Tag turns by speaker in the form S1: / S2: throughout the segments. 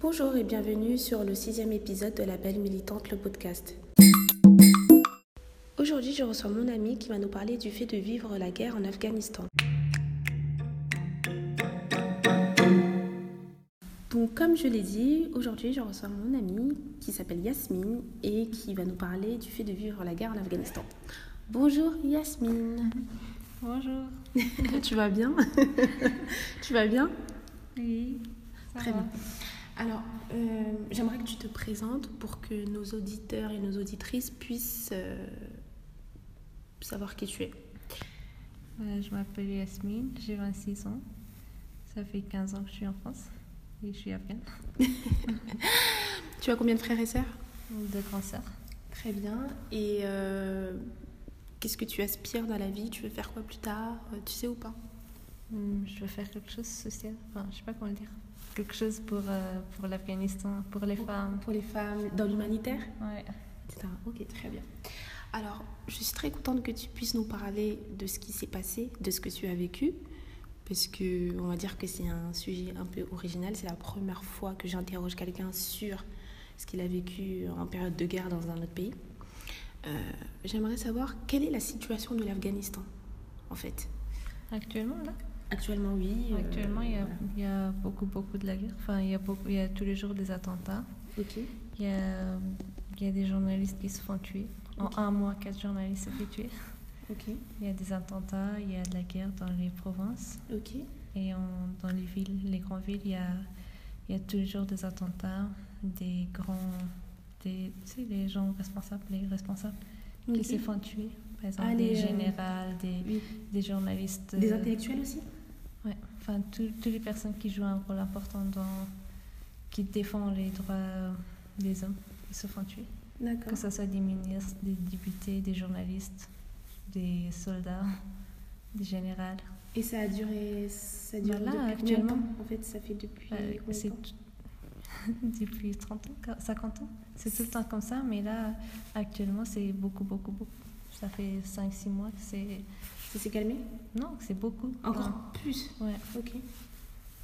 S1: Bonjour et bienvenue sur le sixième épisode de La Belle Militante, le podcast. Aujourd'hui, je reçois mon amie qui va nous parler du fait de vivre la guerre en Afghanistan. Donc, comme je l'ai dit, aujourd'hui, je reçois mon amie qui s'appelle Yasmine et qui va nous parler du fait de vivre la guerre en Afghanistan. Bonjour Yasmine.
S2: Bonjour.
S1: tu vas bien Tu vas bien
S2: Oui. ça
S1: Très
S2: va.
S1: bien. Alors, euh, j'aimerais que tu te présentes pour que nos auditeurs et nos auditrices puissent euh, savoir qui tu es.
S2: Voilà, je m'appelle Yasmine, j'ai 26 ans. Ça fait 15 ans que je suis en France et je suis afghane.
S1: Tu as combien de frères et sœurs
S2: De cancer.
S1: Très bien. Et euh, qu'est-ce que tu aspires dans la vie Tu veux faire quoi plus tard Euh, Tu sais ou pas
S2: Hum, Je veux faire quelque chose de social. Enfin, je sais pas comment le dire. Quelque chose pour, euh, pour l'Afghanistan, pour les femmes.
S1: Pour les femmes, dans l'humanitaire
S2: Ouais.
S1: etc. Ok, très bien. Alors, je suis très contente que tu puisses nous parler de ce qui s'est passé, de ce que tu as vécu, parce que on va dire que c'est un sujet un peu original. C'est la première fois que j'interroge quelqu'un sur ce qu'il a vécu en période de guerre dans un autre pays. Euh, J'aimerais savoir quelle est la situation de l'Afghanistan, en fait.
S2: Actuellement, là
S1: Actuellement, oui. euh,
S2: Actuellement, il y, a,
S1: voilà.
S2: il y a beaucoup, beaucoup de la guerre. Enfin, il y a, beaucoup, il y a tous les jours des attentats.
S1: Ok.
S2: Il y a, il y a des journalistes qui se font tuer. En
S1: Ok.
S2: un mois, quatre journalistes se font tuer.
S1: Ok.
S2: Il y a des attentats, il y a de la guerre dans les provinces
S1: Ok.
S2: et en- dans les villes, les grandes villes, il y a, il y a toujours des attentats, des grands, des, tu sais, les gens responsables, les responsables
S1: Ok.
S2: qui se font tuer, par exemple
S1: Ah,
S2: des
S1: les, euh,
S2: générales, des,
S1: Oui.
S2: des journalistes,
S1: Des
S2: euh,
S1: intellectuels aussi
S2: ouais, enfin tout- toutes les personnes qui jouent un rôle important dans, qui défendent les droits des hommes, ils se font tuer,
S1: D'accord.
S2: que ce soit des ministres, des députés, des journalistes, des soldats, des générales.
S1: Et ça a duré, ça dure
S2: Bah là,
S1: depuis combien de
S2: actuellement.
S1: temps En fait, ça fait depuis
S2: Bah,
S1: combien de
S2: c'est
S1: temps
S2: tout- depuis 30 ans, 40, 50 ans. C'est tout le temps comme ça, mais là, actuellement, c'est beaucoup, beaucoup, beaucoup. Ça fait 5-6 mois que c'est.
S1: Ça s'est calmé
S2: Non, c'est beaucoup.
S1: Encore plus
S2: Enfin, ouais.
S1: Ok.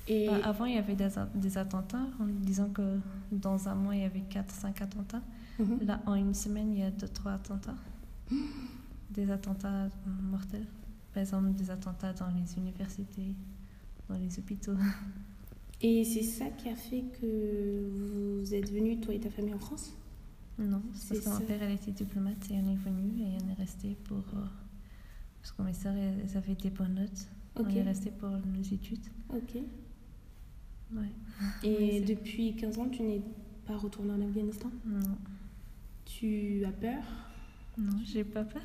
S1: Et
S2: Bah, avant, il y avait des, a- des attentats, en disant que dans un mois, il y avait 4-5 attentats.
S1: Mhm.
S2: Là, en une semaine, il y a 2-3 attentats. Des attentats mortels. Par exemple, des attentats dans les universités, dans les hôpitaux.
S1: et c'est ça qui a fait que vous êtes venu, toi et ta famille, en France
S2: Non,
S1: C'est
S2: parce que
S1: ça.
S2: mon père elle était diplomate et on est venu et on est resté pour. euh, parce que mes sœurs elles elles avaient des bonnes notes.
S1: Ok.
S2: On est resté pour nos études.
S1: Ok.
S2: Ouais.
S1: Et
S2: c'est-
S1: depuis 15 ans, tu n'es pas retourné en Afghanistan
S2: Non,
S1: Tu as peur
S2: non, j'ai pas peur.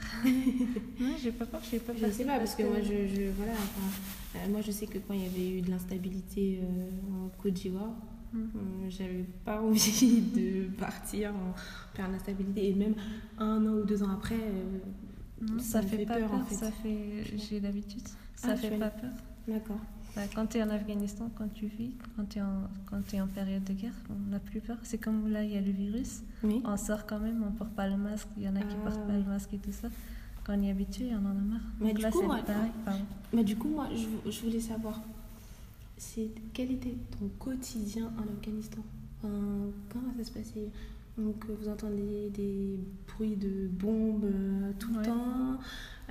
S2: non, j'ai pas peur, j'ai pas
S1: Je
S2: peur.
S1: ne sais pas, parce que moi, je, je- voilà, enfin, euh, moi, je sais que quand il y avait eu de l'instabilité euh, en Côte d'Ivoire,
S2: Mm.
S1: euh, j'avais pas envie de partir en période d'instabilité. Et même un an ou deux ans après, euh,
S2: Non, ça, fait, pas peur,
S1: en fait.
S2: ça fait. J'ai l'habitude. Ça
S1: Ah, tu
S2: fait
S1: as
S2: pas peur.
S1: d'accord.
S2: Bah, quand tu es en Afghanistan, quand tu vis, quand tu es, en... quand t'es en période de guerre, on n'a plus peur. C'est comme là, il y a le virus.
S1: Oui.
S2: On sort quand même, on porte pas le masque. Il y en a qui
S1: Ah.
S2: portent pas le masque et tout ça. Quand on y est habitué, on en a marre.
S1: Mais
S2: Donc
S1: du
S2: là,
S1: coup,
S2: c'est
S1: moi-
S2: pareil. pardon.
S1: Mais du coup, moi, je, vou- je voulais savoir, c'est quel était ton quotidien en Afghanistan Enfin, Comment ça se passait Donc, euh, vous entendez des bruits de bombes euh, tout le
S2: Ouais.
S1: temps.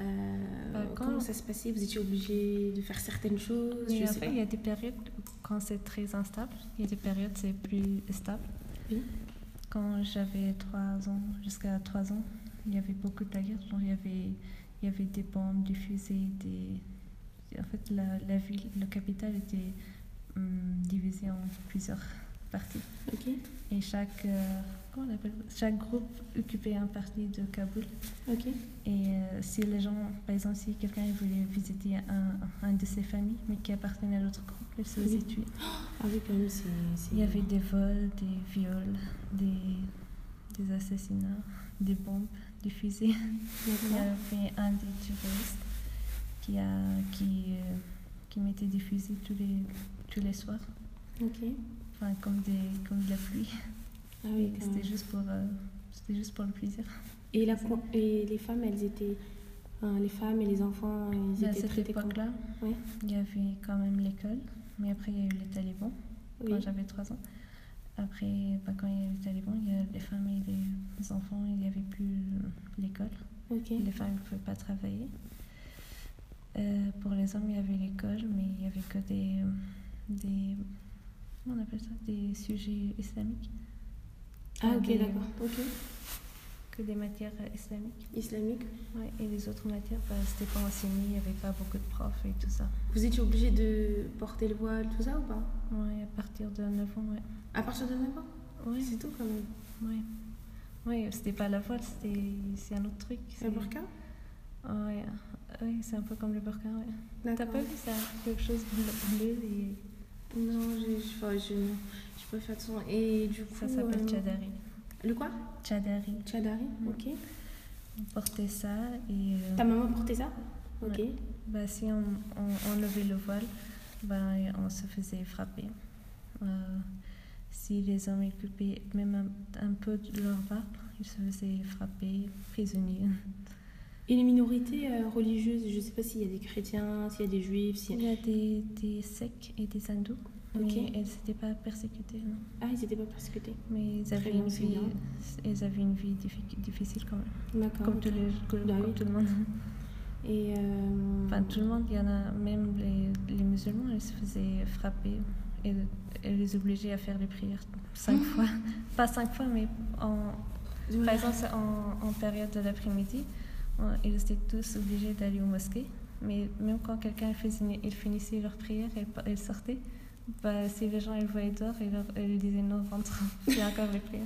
S1: Euh,
S2: Bah, quand-
S1: Comment ça se passait Vous étiez obligé de faire certaines choses
S2: Mais
S1: je sais
S2: après, il y a des périodes où- quand c'est très instable, il y a des périodes c'est plus stable.
S1: Oui.
S2: Quand j'avais 3 ans, jusqu'à 3 ans, il y avait beaucoup de la guerre. Genre, il y avait, il y avait des bombes, des fusées, des... En fait, la, la ville, le capital était hum, divisé en plusieurs parties.
S1: pas. Ok,
S2: Et chaque, euh, comment on appelle- chaque groupe occupait un parti de Kaboul.
S1: ok,
S2: Et euh, si les gens, par exemple, si quelqu'un voulait visiter un, un de ses familles, mais qui appartenait à l'autre groupe, il se faisait
S1: Oui.
S2: tuer.
S1: Ah oui, quand même, c'est. c'est-
S2: Il y avait des vols, des viols, des, des assassinats, des bombes, des fusées. Il y
S1: D'accord.
S2: avait un des terroristes qui, a, qui, euh, qui mettait des fusées tous les, tous les soirs,
S1: Ok.
S2: enfin, comme, des, comme de la pluie.
S1: Ah oui, quand même.
S2: C'était juste, pour, euh, c'était juste pour le plaisir.
S1: Et, la, con- et les femmes, elles étaient. enfin, les femmes et les enfants, ils
S2: à
S1: étaient
S2: cette
S1: traités comme.
S2: époque-là,
S1: Oui.
S2: il y avait quand même l'école, mais après il y a eu les talibans.
S1: Oui.
S2: quand j'avais 3 ans. Après, bah, quand il y a eu les talibans, il y a les femmes et les, les enfants, il n'y avait plus euh, l'école.
S1: Ok.
S2: Les femmes ne pouvaient pas travailler. Euh, pour les hommes, il y avait l'école, mais il n'y avait que des, euh, des. Comment on appelle ça Des sujets islamiques.
S1: Ah, ok,
S2: des-
S1: d'accord. Ok.
S2: Que des matières euh, islamiques.
S1: Islamique.
S2: Ouais, et les autres matières, bah, c'était pas enseigné, il n'y avait pas beaucoup de profs et tout ça.
S1: Vous étiez obligé de porter le voile, tout ça ou pas
S2: Ouais, à partir de 9 ans, ouais.
S1: À partir de 9 ans
S2: Ouais,
S1: C'est tout quand même.
S2: ouais. Ouais, c'était pas la voile, c'était c'est un autre truc.
S1: C'est un burqa
S2: Ah Ouais, ouais, c'est un peu comme le burqa, ouais. T'as
S1: D'accord.
S2: pas vu ça Quelque chose de bleu et
S1: Non, je, je, enfin, je, je peux faire de son. Et du coup.
S2: ça s'appelle
S1: euh,
S2: tchadari.
S1: Le quoi
S2: Tchadari.
S1: Tchadari,
S2: Mm.
S1: ok.
S2: On portait ça et euh,
S1: Ta maman portait ça Ok.
S2: bah, si on, on, on levait le voile, bah, on se faisait frapper. Euh, si les hommes ils coupaient même un, un peu de leur barbe, ils se faisaient frapper, prisonniers.
S1: Et les minorités euh, religieuses, je sais pas s'il y a des chrétiens, s'il y a des juifs, s'il
S2: Il
S1: y a...
S2: y a des, des Sikhs et des hindous,
S1: Ok.
S2: mais elles n'étaient pas persécutées. non.
S1: Ah, ils n'étaient pas persécutés.
S2: Mais ils avaient,
S1: bien,
S2: une
S1: c'est
S2: vie,
S1: bien.
S2: elles avaient une vie diffi- difficile quand même.
S1: D'accord.
S2: Comme,
S1: ok.
S2: tous les, comme,
S1: Bah
S2: comme
S1: oui.
S2: tout le monde.
S1: Et. euh,
S2: Enfin, tout le monde, il y en a, même les, les musulmans, ils se faisaient frapper et, et les obligeaient à faire les prières cinq fois. Pas cinq fois, mais en,
S1: de
S2: par
S1: manière-
S2: exemple, en, en période de l'après-midi, on- ils étaient tous obligés d'aller aux mosquées. Mais même quand quelqu'un faisait- il finissait leur prière et pa- il sortait, bah, si les gens ils le voyaient dehors, ils leur, ils lui disaient non, rentre, fais encore les prières.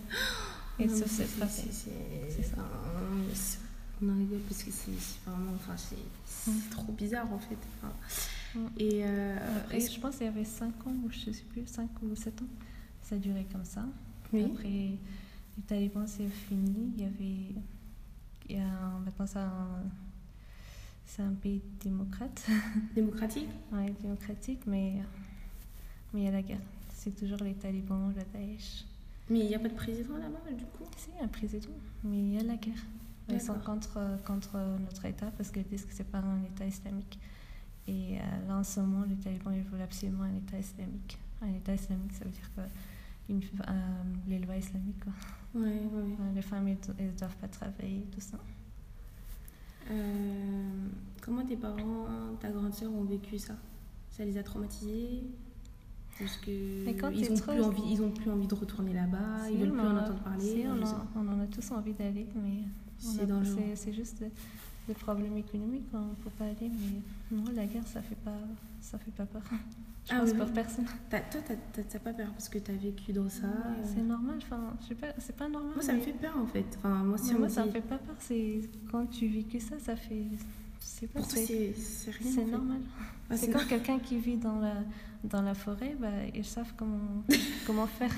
S2: Et ils
S1: Oh, Non,
S2: se
S1: mais
S2: faisaient
S1: c'est-
S2: frapper.
S1: c'est- c'est-
S2: C'est ça.
S1: enfin, c'est- On en rigole parce que c'est c'est vraiment. Enfin, c'est c'est trop bizarre en fait. Enfin,
S2: Mm.
S1: Et. euh,
S2: Après,
S1: est-ce-
S2: je pense qu'il y avait 5 ans, ou je sais plus, 5 ou 7 ans, ça durait comme ça.
S1: Oui.
S2: Après, les talibans, c'est fini. Il y avait. Il y a un- maintenant, c'est un, c'est un pays démocrate,
S1: Démocratique
S2: ouais, démocratique, mais, mais il y a la guerre. C'est toujours les talibans, le Daesh.
S1: Mais il n'y a pas de président là-bas du coup
S2: Si, un président, mais il y a la guerre. Ils sont
S1: D'accord.
S2: contre, euh, contre notre État parce qu'ils disent que c'est pas un État islamique. Et euh, là, en ce moment, les talibans, ils veulent absolument un État islamique. Un État islamique, ça veut dire que une, euh, les lois islamiques, quoi.
S1: Ouais, ouais, ouais.
S2: Euh, Les femmes, elles elles doivent pas travailler, tout ça.
S1: Euh, comment tes parents, ta grande sœur ont vécu ça Ça les a traumatisés Parce que
S2: Mais quand
S1: ils
S2: t'es
S1: ont
S2: trop-
S1: plus envie, ils ont plus envie de retourner là-bas,
S2: Si,
S1: Ah, ils veulent
S2: on
S1: plus en
S2: a-
S1: entendre parler.
S2: si,
S1: je
S2: on,
S1: sais
S2: en, on en a tous envie d'aller, mais on
S1: C'est
S2: a-
S1: dangereux.
S2: c'est c'est juste des- des problèmes économiques, on ne peut pas aller. Mais non, la guerre, ça fait pas, ça fait pas peur. Je
S1: Ah
S2: pense
S1: oui,
S2: pour
S1: oui.
S2: personne.
S1: T'as- toi, t'as- t'as t'as pas peur parce que t'as vécu dans ça. euh.
S2: C'est normal, enfin, je sais pas, c'est pas normal.
S1: Moi, ça me
S2: mais-
S1: fait peur en fait. Enfin, moi, si
S2: mais
S1: on
S2: moi,
S1: me
S2: ça me
S1: dit-
S2: fait pas peur. C'est quand tu vis que ça, ça fait. je sais pas,
S1: pour toi,
S2: c'est
S1: c'est c'est rien.
S2: c'est
S1: en fait.
S2: normal.
S1: Ah,
S2: c'est
S1: c'est
S2: quand quelqu'un qui vit dans la dans la forêt, bah, ils savent comment comment faire.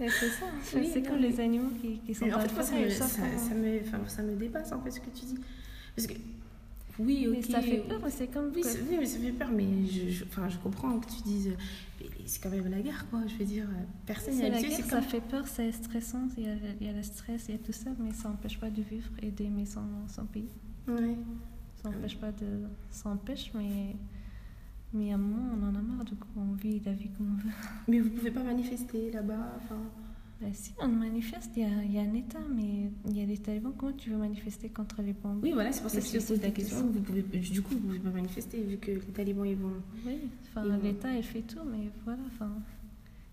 S2: Et C'est ça. c'est-
S1: Oui,
S2: c'est
S1: non,
S2: comme
S1: mais-
S2: les animaux qui, qui sont
S1: Mais
S2: dans
S1: en
S2: la
S1: fait, moi, ça
S2: forêt,
S1: me,
S2: ils savent
S1: ça,
S2: comment-
S1: ça me, enfin, ça me dépasse en fait ce que tu dis. Parce que, oui, ok.
S2: Mais ça fait peur, mais c'est comme
S1: Oui,
S2: que-
S1: c'est- oui, mais ça fait peur, mais je, je- enfin, je comprends que tu dises, euh, mais c'est quand même la guerre, quoi. Je veux dire, euh, personne n'est
S2: c'est la
S1: habitué.
S2: guerre,
S1: C'est
S2: ça
S1: comme...
S2: fait peur, c'est stressant, il y, a, il y a le stress, il y a tout ça, mais ça n'empêche pas de vivre et d'aimer son, son pays.
S1: Ouais.
S2: Ça n'empêche pas de. Ça empêche, mais. Mais à un moment, on en a marre, du coup, on vit la vie comme on veut.
S1: Mais vous pouvez pas manifester là-bas. Enfin,
S2: Bah, si on manifeste, il y a, il y a un État, mais il y a les talibans, comment tu veux manifester contre les bombes
S1: oui, voilà, c'est pour ça
S2: Mais
S1: que je te
S2: c'est-
S1: pose la
S2: c'est-
S1: question. Vous pouvez, euh, du coup, vous pouvez pas manifester vu que les talibans ils vont.
S2: Oui, enfin,
S1: Ils vont-
S2: l'État, il fait tout, mais voilà, enfin.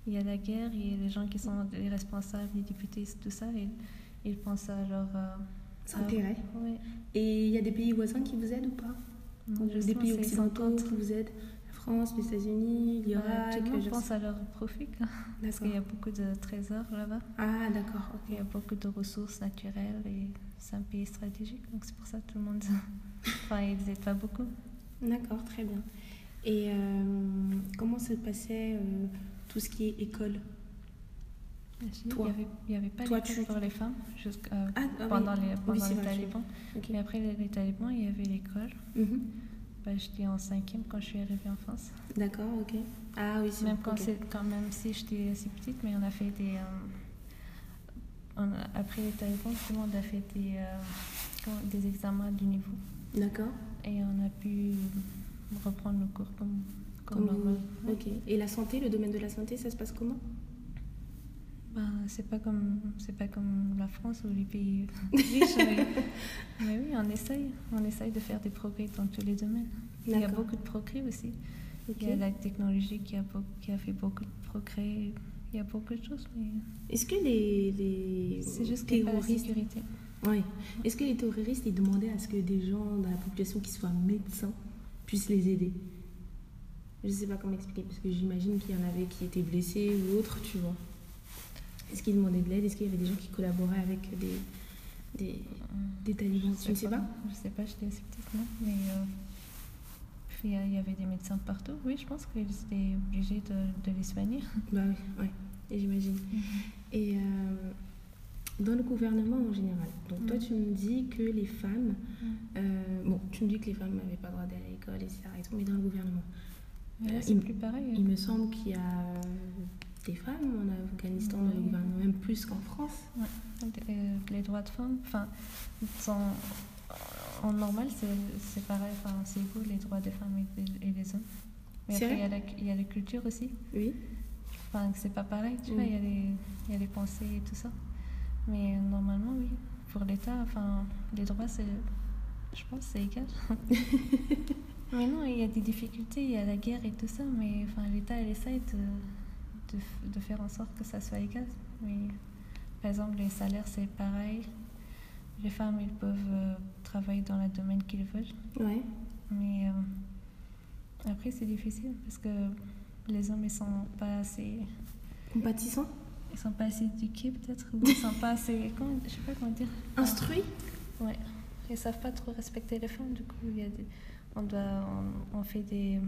S2: Il y a la guerre, il y a les gens qui sont les responsables, les députés, tout ça, ils, ils pensent à leur. euh, à-
S1: S'intégrer.
S2: ouais.
S1: Et il y a des pays voisins qui vous aident ou pas
S2: Non,
S1: Ou Des
S2: justement,
S1: pays
S2: c'est- ils sont
S1: occidentaux
S2: contre.
S1: qui vous aident La France, les États-Unis,
S2: Bah,
S1: l'Irak. euh,
S2: tout le monde
S1: je-
S2: pense à leur profit, quoi, parce
S1: D'accord.
S2: qu'il y a beaucoup de trésors là-bas.
S1: Ah, d'accord.
S2: Il y
S1: Ok.
S2: a beaucoup de ressources naturelles et c'est un pays stratégique, donc c'est pour ça que tout le monde. enfin, ils n'aident pas beaucoup.
S1: D'accord, très bien. Et euh, comment se passait euh, tout ce qui est école
S2: Imagine,
S1: Toi.
S2: Il n'y avait, il y avait pas
S1: Toi,
S2: l'école
S1: tu-
S2: pour les femmes jusqu'à-
S1: Ah, ah oui.
S2: pendant les,
S1: Oui,
S2: pendant
S1: c'est
S2: les
S1: vrai, tu-
S2: talibans.
S1: Ok.
S2: Mais après les, les talibans, il y avait l'école.
S1: Mhm.
S2: Bah, j'étais en cinquième quand je suis arrivée en France.
S1: D'accord, ok. Ah oui, c'est
S2: Même,
S1: bon,
S2: quand
S1: ok.
S2: c'est quand même si j'étais assez petite, mais on a fait des. euh, on a- après les talibans, tout le monde a fait des, euh, comment- des examens du niveau.
S1: D'accord.
S2: Et on a pu reprendre nos cours comme, comme normal. Ouais.
S1: Ok. Et la santé, le domaine de la santé, ça se passe comment
S2: Ben, c'est pas comme c'est pas comme la France ou les pays riches, mais, mais oui, on essaye, on essaye de faire des progrès dans tous les domaines. Il y a
S1: D'accord.
S2: beaucoup de progrès aussi.
S1: Ok.
S2: Il y a la technologie qui a, beau- qui a fait beaucoup de progrès. Il y a beaucoup de choses, mais
S1: Est-ce que les, les
S2: c'est juste qu'il n'y a pas la
S1: terroristes.
S2: sécurité.
S1: Oui. Est-ce que les terroristes, ils demandaient à ce que des gens dans la population qui soient médecins puissent les aider Je sais pas comment expliquer, parce que j'imagine qu'il y en avait qui étaient blessés ou autres, tu vois. Est-ce qu'ils demandaient de l'aide Est-ce qu'il y avait des gens qui collaboraient avec des, des, des talibans Je ne sais pas.
S2: Je sais pas, je l'ai aussi peut-être non, mais euh, puis il y a- il y avait des médecins de partout. Oui, je pense qu'ils étaient obligés de, de les soigner.
S1: Bah oui, ouais, Et j'imagine. Et euh, dans le gouvernement en général. Donc toi,
S2: Mhm.
S1: tu me dis que les femmes, euh, bon, tu me dis que les femmes n'avaient pas le droit d'aller à l'école, etc. Et tout, mais dans le gouvernement,
S2: Mais là,
S1: Euh,
S2: c'est
S1: il-
S2: plus pareil.
S1: il me semble qu'il y a euh, des femmes en Afghanistan dans le
S2: Oui.
S1: gouvernement, même plus qu'en France.
S2: Euh, Les droits de femmes, enfin, sont- en normal, c'est- c'est pareil. Enfin, c'est vous les droits des femmes et des, et des hommes. Mais
S1: C'est
S2: après, il y, a la, il y a la culture aussi.
S1: Oui.
S2: Enfin, que c'est pas pareil, tu
S1: Mm.
S2: vois, il y, a les- il y a les pensées et tout ça. Mais euh, normalement, oui, pour l'État, enfin, les droits, c'est. Je pense que c'est égal. mais non, il y a des difficultés, il y a la guerre et tout ça, mais enfin, l'État, elle essaye de, de, f- de faire en sorte que ça soit égal. Mais par exemple, les salaires, c'est pareil. Les femmes, elles peuvent euh, travailler dans le domaine qu'ils veulent.
S1: Ouais.
S2: Mais euh, après, c'est difficile parce que les hommes, ils sont pas assez.
S1: Compatissant.
S2: Ils sont pas assez éduqués peut-être, ou ils sont pas assez... Comment, je sais pas comment dire.
S1: Instruit.
S2: Ouais. Ils savent pas trop respecter les femmes, du coup, il y a des- on, doit, on, on fait des...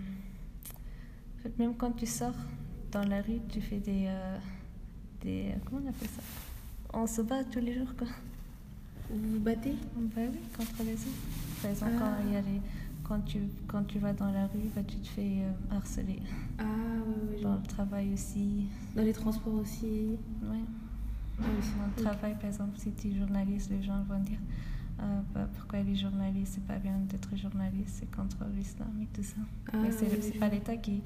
S2: en fait, Même quand tu sors dans la rue, tu fais des... euh, des comment on appelle ça On se bat tous les jours, quoi.
S1: Vous vous battez.
S2: Bah oui, contre les hommes. Par exemple,
S1: Ah.
S2: quand, il y a les- quand, tu, quand tu vas dans la rue, bah, tu te fais euh, harceler.
S1: Ah ouais, ouais, je
S2: Dans
S1: vois.
S2: le travail aussi.
S1: Dans les transports aussi.
S2: Ouais.
S1: Ah oui.
S2: Dans le travail, par exemple, si tu es journaliste, les gens vont dire Ah, bah, pourquoi les journalistes, c'est pas bien d'être journaliste, c'est contre l'islam et tout ça.
S1: Ah,
S2: mais c'est
S1: oui,
S2: c'est
S1: oui.
S2: pas l'État qui,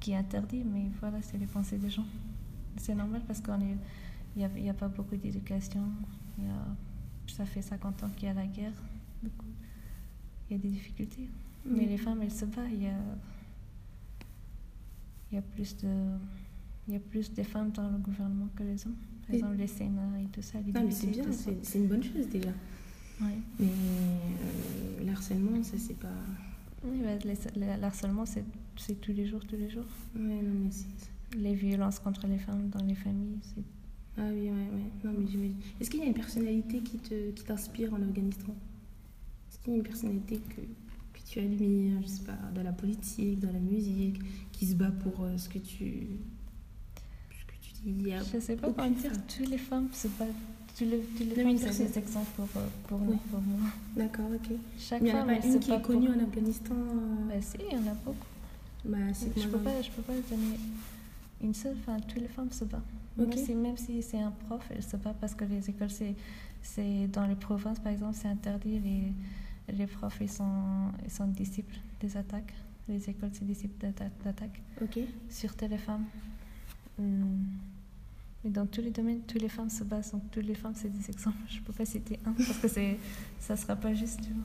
S2: qui interdit, mais voilà, c'est les pensées des gens. C'est normal parce qu'on est, il n'y a, il y a pas beaucoup d'éducation. il y a- Ça fait 50 ans qu'il y a la guerre. Du coup, il y a des difficultés. Mais
S1: Mm.
S2: les femmes, elles se battent. Il y a, il y a plus de, il y a plus de femmes dans le gouvernement que les hommes. Par
S1: Et-
S2: exemple, les Sénats et tout ça, les
S1: Ah mais
S2: députés
S1: c'est
S2: et
S1: bien,
S2: tout ça.
S1: c'est c'est une bonne chose déjà.
S2: Ouais.
S1: Mais euh, l'harcèlement, ça c'est pas.
S2: Oui, bah, les- le- l'harcèlement, c'est, c'est tous les jours, tous les jours.
S1: Ouais, non, mais c'est.
S2: Les violences contre les femmes dans les familles, c'est...
S1: Ah oui, ouais, ouais. Non, mais j'imagine. Est-ce qu'il y a une personnalité qui te, qui t'inspire en Afghanistan Est-ce qu'il y a une personnalité que, que tu admires, je sais pas, dans la politique, dans la musique, qui se bat pour euh, ce que tu. ce que tu dis Il y a-
S2: je sais pas
S1: aucune
S2: comment dire,
S1: femme.
S2: toutes les femmes se battent. Toutes les, toutes les
S1: Non, mais
S2: femmes,
S1: une
S2: c'est
S1: personne-
S2: des exemples pour, euh, pour, nous,
S1: Oui.
S2: pour moi.
S1: D'accord, ok.
S2: Chaque
S1: Mais il n'y en a
S2: femme,
S1: pas
S2: elle se
S1: une qui
S2: bat
S1: est
S2: pour-
S1: connue en Afghanistan euh,
S2: Bah si, il y en a beaucoup.
S1: Bah, c'est
S2: Je peux
S1: Malala.
S2: pas, je peux pas donner une seule. Enfin, toutes les femmes se battent.
S1: Ok.
S2: Même si, même si c'est un prof, elle se bat parce que les écoles, c'est, c'est dans les provinces, par exemple, c'est interdit. Les, les profs, ils sont, ils sont disciples des attaques. Les écoles, c'est disciples d'atta- d'attaques.
S1: Ok.
S2: Sûreté les femmes. Hum. Mais dans tous les domaines, toutes les femmes se battent. Donc, toutes les femmes, c'est des exemples. Je peux pas citer un parce que c'est, ça sera pas juste. tu vois.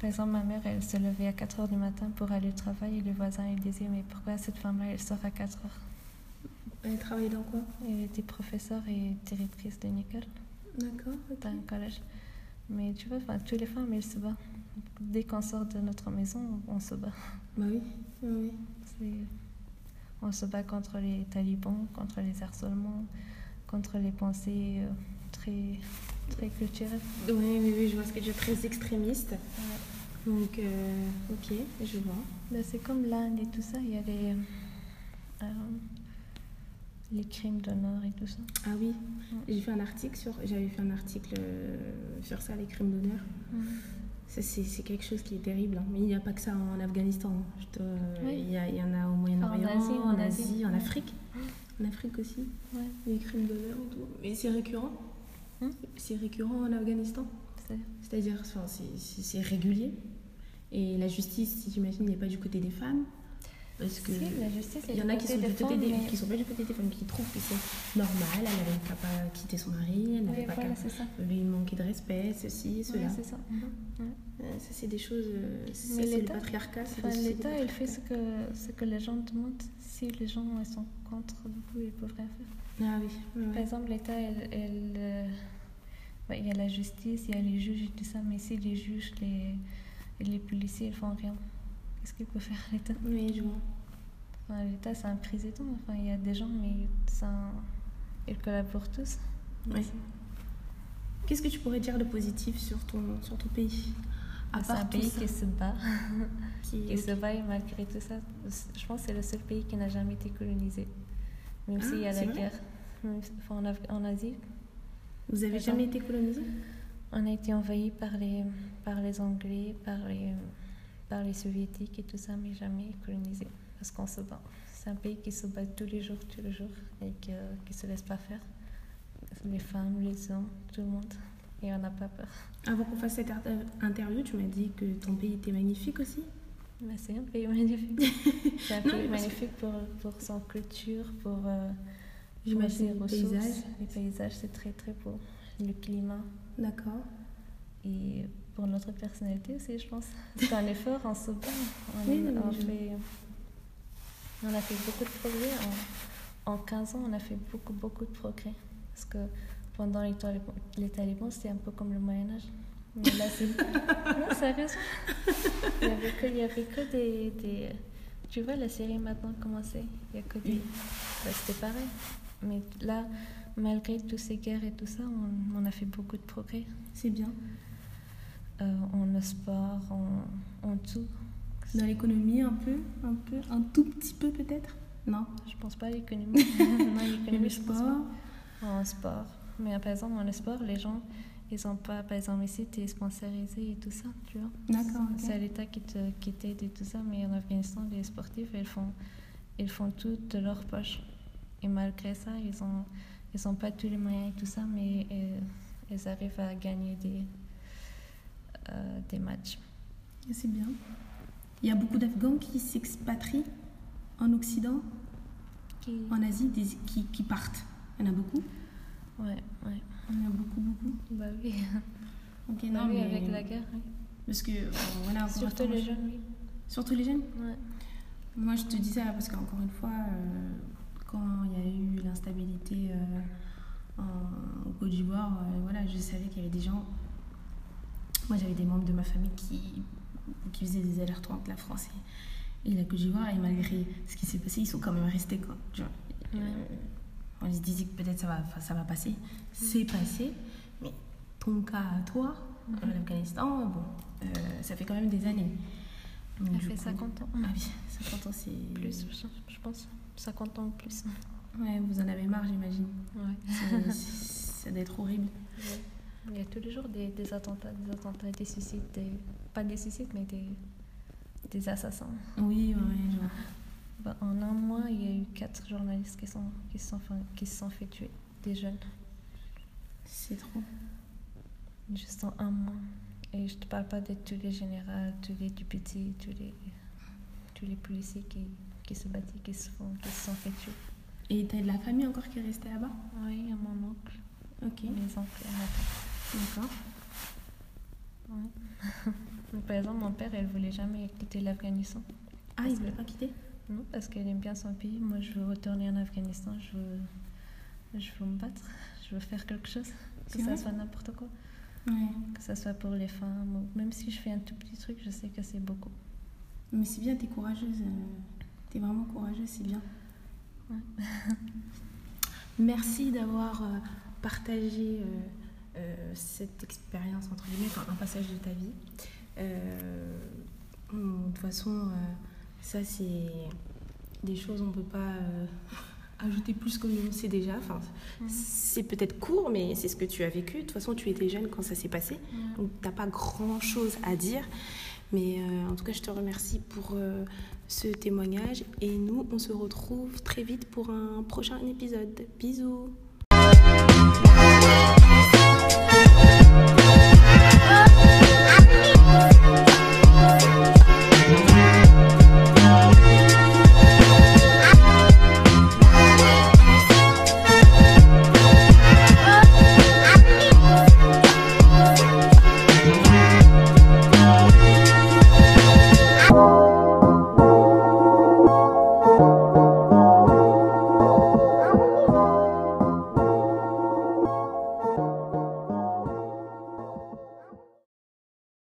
S2: Par exemple, ma mère, elle se levait à 4 heures du matin pour aller au travail et le voisin, il disait Mais pourquoi cette femme-là, elle sort à 4 heures
S1: Elle travaille dans quoi
S2: Elle était professeure et directrice d'une école,
S1: D'accord, ok.
S2: d'un collège. Mais tu vois, enfin, toutes les femmes, elles se battent. Dès qu'on sort de notre maison, on se bat.
S1: Bah oui, oui, oui.
S2: C'est- On se bat contre les talibans, contre les harcèlements, contre les pensées euh, très, très culturelles.
S1: Oui, oui, oui, je vois ce que tu es très extrémiste. Donc, euh, ok, je vois.
S2: Ben, c'est comme l'Inde et tout ça, il y a les, euh, les crimes d'honneur et tout ça.
S1: Ah oui, j'ai fait un article sur, j'avais fait un article euh, sur ça, les crimes d'honneur.
S2: Hum.
S1: Ça, C'est c'est quelque chose qui est terrible. hein. Mais il n'y a pas que ça en Afghanistan. hein. Je te-
S2: Oui.
S1: il, y a- il y en a au Moyen-Orient,
S2: En Asie,
S1: en,
S2: en Asie,
S1: Asie, en
S2: ouais.
S1: Afrique. En Afrique aussi,
S2: Ouais,
S1: les crimes d'honneur et tout. Mais c'est récurrent.
S2: Hum.
S1: C'est récurrent en Afghanistan.
S2: c'est-
S1: C'est-à-dire, enfin, c'est- c'est c'est régulier. Et la justice, j'imagine, n'est pas du côté des femmes. Parce que
S2: Si, la justice est
S1: il y en
S2: du
S1: a qui
S2: côté
S1: sont,
S2: des
S1: du côté
S2: femmes,
S1: des,
S2: mais-
S1: qui sont pas du côté des femmes, qui trouvent que c'est normal, elle n'avait qu'à pas quitter son mari, elle n'avait
S2: Oui,
S1: pas
S2: voilà,
S1: qu'à
S2: c'est ça.
S1: lui manquer de respect, ceci,
S2: Oui,
S1: cela.
S2: c'est ça.
S1: Euh, ça, c'est des choses. euh, ça,
S2: Mais
S1: c'est le
S2: l'État-
S1: patriarcat. c'est
S2: Enfin,
S1: des- c'est le
S2: L'État, il fait ce
S1: patriarcat.
S2: que, ce que les gens demandent. Si les gens ils sont contre, du coup, ils peuvent rien faire.
S1: Ah oui, ouais,
S2: Par
S1: ouais.
S2: exemple, l'État, elle- elle, euh, bah, il y a la justice, il y a les juges et tout ça, mais si les juges les, et les policiers ils font rien, qu'est-ce qu'il peut faire l'État
S1: Oui, je vois.
S2: Enfin, L'État, c'est un président. Enfin, il y a des gens, mais c'est un- ils collaborent tous.
S1: Ouais. Qu'est-ce que tu pourrais dire de positif sur ton, sur ton pays À
S2: Bah, C'est un
S1: part tout
S2: pays
S1: ça Ah,
S2: qui se bat.
S1: qui-
S2: Il se bat et malgré tout ça, je pense que c'est le seul pays qui n'a jamais été colonisé. Même
S1: Ah,
S2: s'il y a
S1: c'est
S2: la
S1: vrai
S2: guerre. Même si- enfin, en, Af- en Asie,
S1: Vous avez
S2: Attends.
S1: jamais été colonisé
S2: on a été envahi par les, par les Anglais, par les, par les Soviétiques et tout ça, mais jamais colonisé. Parce qu'on se bat. C'est un pays qui se bat tous les jours, tous les jours, et que- qui ne se laisse pas faire. Les femmes, les hommes, tout le monde. Et on n'a pas peur.
S1: Avant qu'on fasse cette inter- interview, tu m'as dit que ton pays était magnifique aussi.
S2: Mais c'est un pays magnifique. c'est un
S1: Non, mais parce
S2: pays
S1: que-
S2: magnifique pour, pour son culture, pour, euh, pour ses
S1: J'imagine les
S2: ressources.
S1: paysages.
S2: Les paysages, c'est très très beau. Le climat
S1: D'accord.
S2: et pour notre personnalité aussi, je pense. C'est un effort, on se bat. On,
S1: Oui, oui,
S2: on
S1: je-
S2: fait- on a fait beaucoup de progrès. En, en 15 ans, on a fait beaucoup beaucoup de progrès. Parce que pendant les, talibans- les talibans, c'était un peu comme le Moyen-Âge. Mais là, c'est. non, sérieusement. Il n'y avait que, il y avait que des, des- Tu vois, la série maintenant commençait. Il n'y a que des.
S1: Oui.
S2: Bah, c'était pareil. Mais là, malgré toutes ces guerres et tout ça, on- on a fait beaucoup de progrès.
S1: C'est bien.
S2: Euh, en le sport, en, en tout.
S1: Dans l'économie, un peu, un peu, un tout petit peu peut-être Non.
S2: Je pense pas à l'économie. non,
S1: Et le
S2: l'économie, je pense
S1: sport
S2: pas. En sport. Mais euh, par exemple, en le sport, les gens, ils ont pas. Par exemple, ici, tu es sponsorisé et tout ça, tu vois.
S1: D'accord, ok.
S2: C'est à l'État qui te- qui t'aide et tout ça. Mais en Afghanistan, les sportifs, ils font, ils font tout de leur poche. Et malgré ça, ils ont, ils ont pas tous les moyens et tout ça, mais euh, ils arrivent à gagner des, euh, des matchs.
S1: C'est bien. Il y a beaucoup d'Afghans qui s'expatrient en Occident,
S2: Qui-
S1: en Asie, des- qui, qui partent. Il y en a beaucoup.
S2: Ouais, ouais.
S1: Il y en a beaucoup, beaucoup.
S2: Bah oui.
S1: Ok,
S2: Bah oui, avec la guerre, oui.
S1: Parce que, euh, voilà, encore
S2: surtout
S1: une fois,
S2: les
S1: je-
S2: jeunes, oui.
S1: Surtout les jeunes
S2: Ouais.
S1: Moi, je te dis ça parce qu'encore une fois, euh, quand il y a eu l'instabilité euh, en- au Côte d'Ivoire, euh, voilà, je savais qu'il y avait des gens. Moi, j'avais des membres de ma famille qui, qui faisaient des allers-retours entre la France et, et la Côte d'Ivoire, et malgré ce qui s'est passé, ils sont quand même restés. Quoi, tu vois.
S2: Ouais.
S1: Euh, on se disait que peut-être ça va, enfin, ça va passer. C'est passé, mais ton cas à toi, en
S2: Mm-hmm.
S1: Afghanistan, bon, euh, ça fait quand même des années. Donc,
S2: Elle
S1: du
S2: fait
S1: coup-
S2: 50 ans.
S1: ah oui, 50 ans, c'est.
S2: Plus, je je pense. 50 ans ou plus.
S1: Ouais, vous en avez marre, j'imagine.
S2: Ouais.
S1: C'est- Ça doit être horrible.
S2: Il y a tous les jours des, des attentats, des attentats, des suicides, des... pas des suicides, mais des, des assassins.
S1: Oui, ouais, je vois.
S2: Bah, en un mois, il y a eu 4 journalistes qui, sont, qui, se sont fait, qui se sont fait tuer, des jeunes,
S1: C'est trop.
S2: juste en un mois. Et je te parle pas de tous les généraux, tous les députés, tous les, tous les policiers qui, qui se battaient, qui se, font, qui se sont fait tuer.
S1: Et t'as de la famille encore qui est restée là-bas
S2: Oui, il y a mon oncle,
S1: Ok,
S2: mes oncles, ma tante.
S1: d'accord.
S2: Ouais. Mais Par exemple, mon père, elle voulait jamais quitter l'Afghanistan.
S1: Ah, ils voulaient pas quitter
S2: Non, parce qu'elle aime bien son pays. Moi, je veux retourner en Afghanistan. Je veux, je veux me battre. Je veux faire quelque chose.
S1: C'est
S2: Que ça
S1: vrai
S2: soit n'importe quoi.
S1: Ouais.
S2: Que ça soit pour les femmes. ou- Même si je fais un tout petit truc, je sais que c'est beaucoup.
S1: Mais c'est bien, t'es courageuse. euh, T'es vraiment courageuse, c'est bien.
S2: Ouais.
S1: Merci d'avoir euh, partagé euh, euh, cette expérience, entre guillemets, enfin, un passage de ta vie. Euh, hum, de toute façon, euh, ça, c'est des choses on ne peut pas euh, ajouter plus que nous, on sait déjà. Enfin,
S2: Mhm.
S1: C'est peut-être court, mais c'est ce que tu as vécu. De toute façon, tu étais jeune quand ça s'est passé. Donc, t'as pas grand chose à dire. Mais euh, en tout cas, je te remercie pour euh, ce témoignage. Et nous, on se retrouve très vite pour un prochain épisode. Bisous!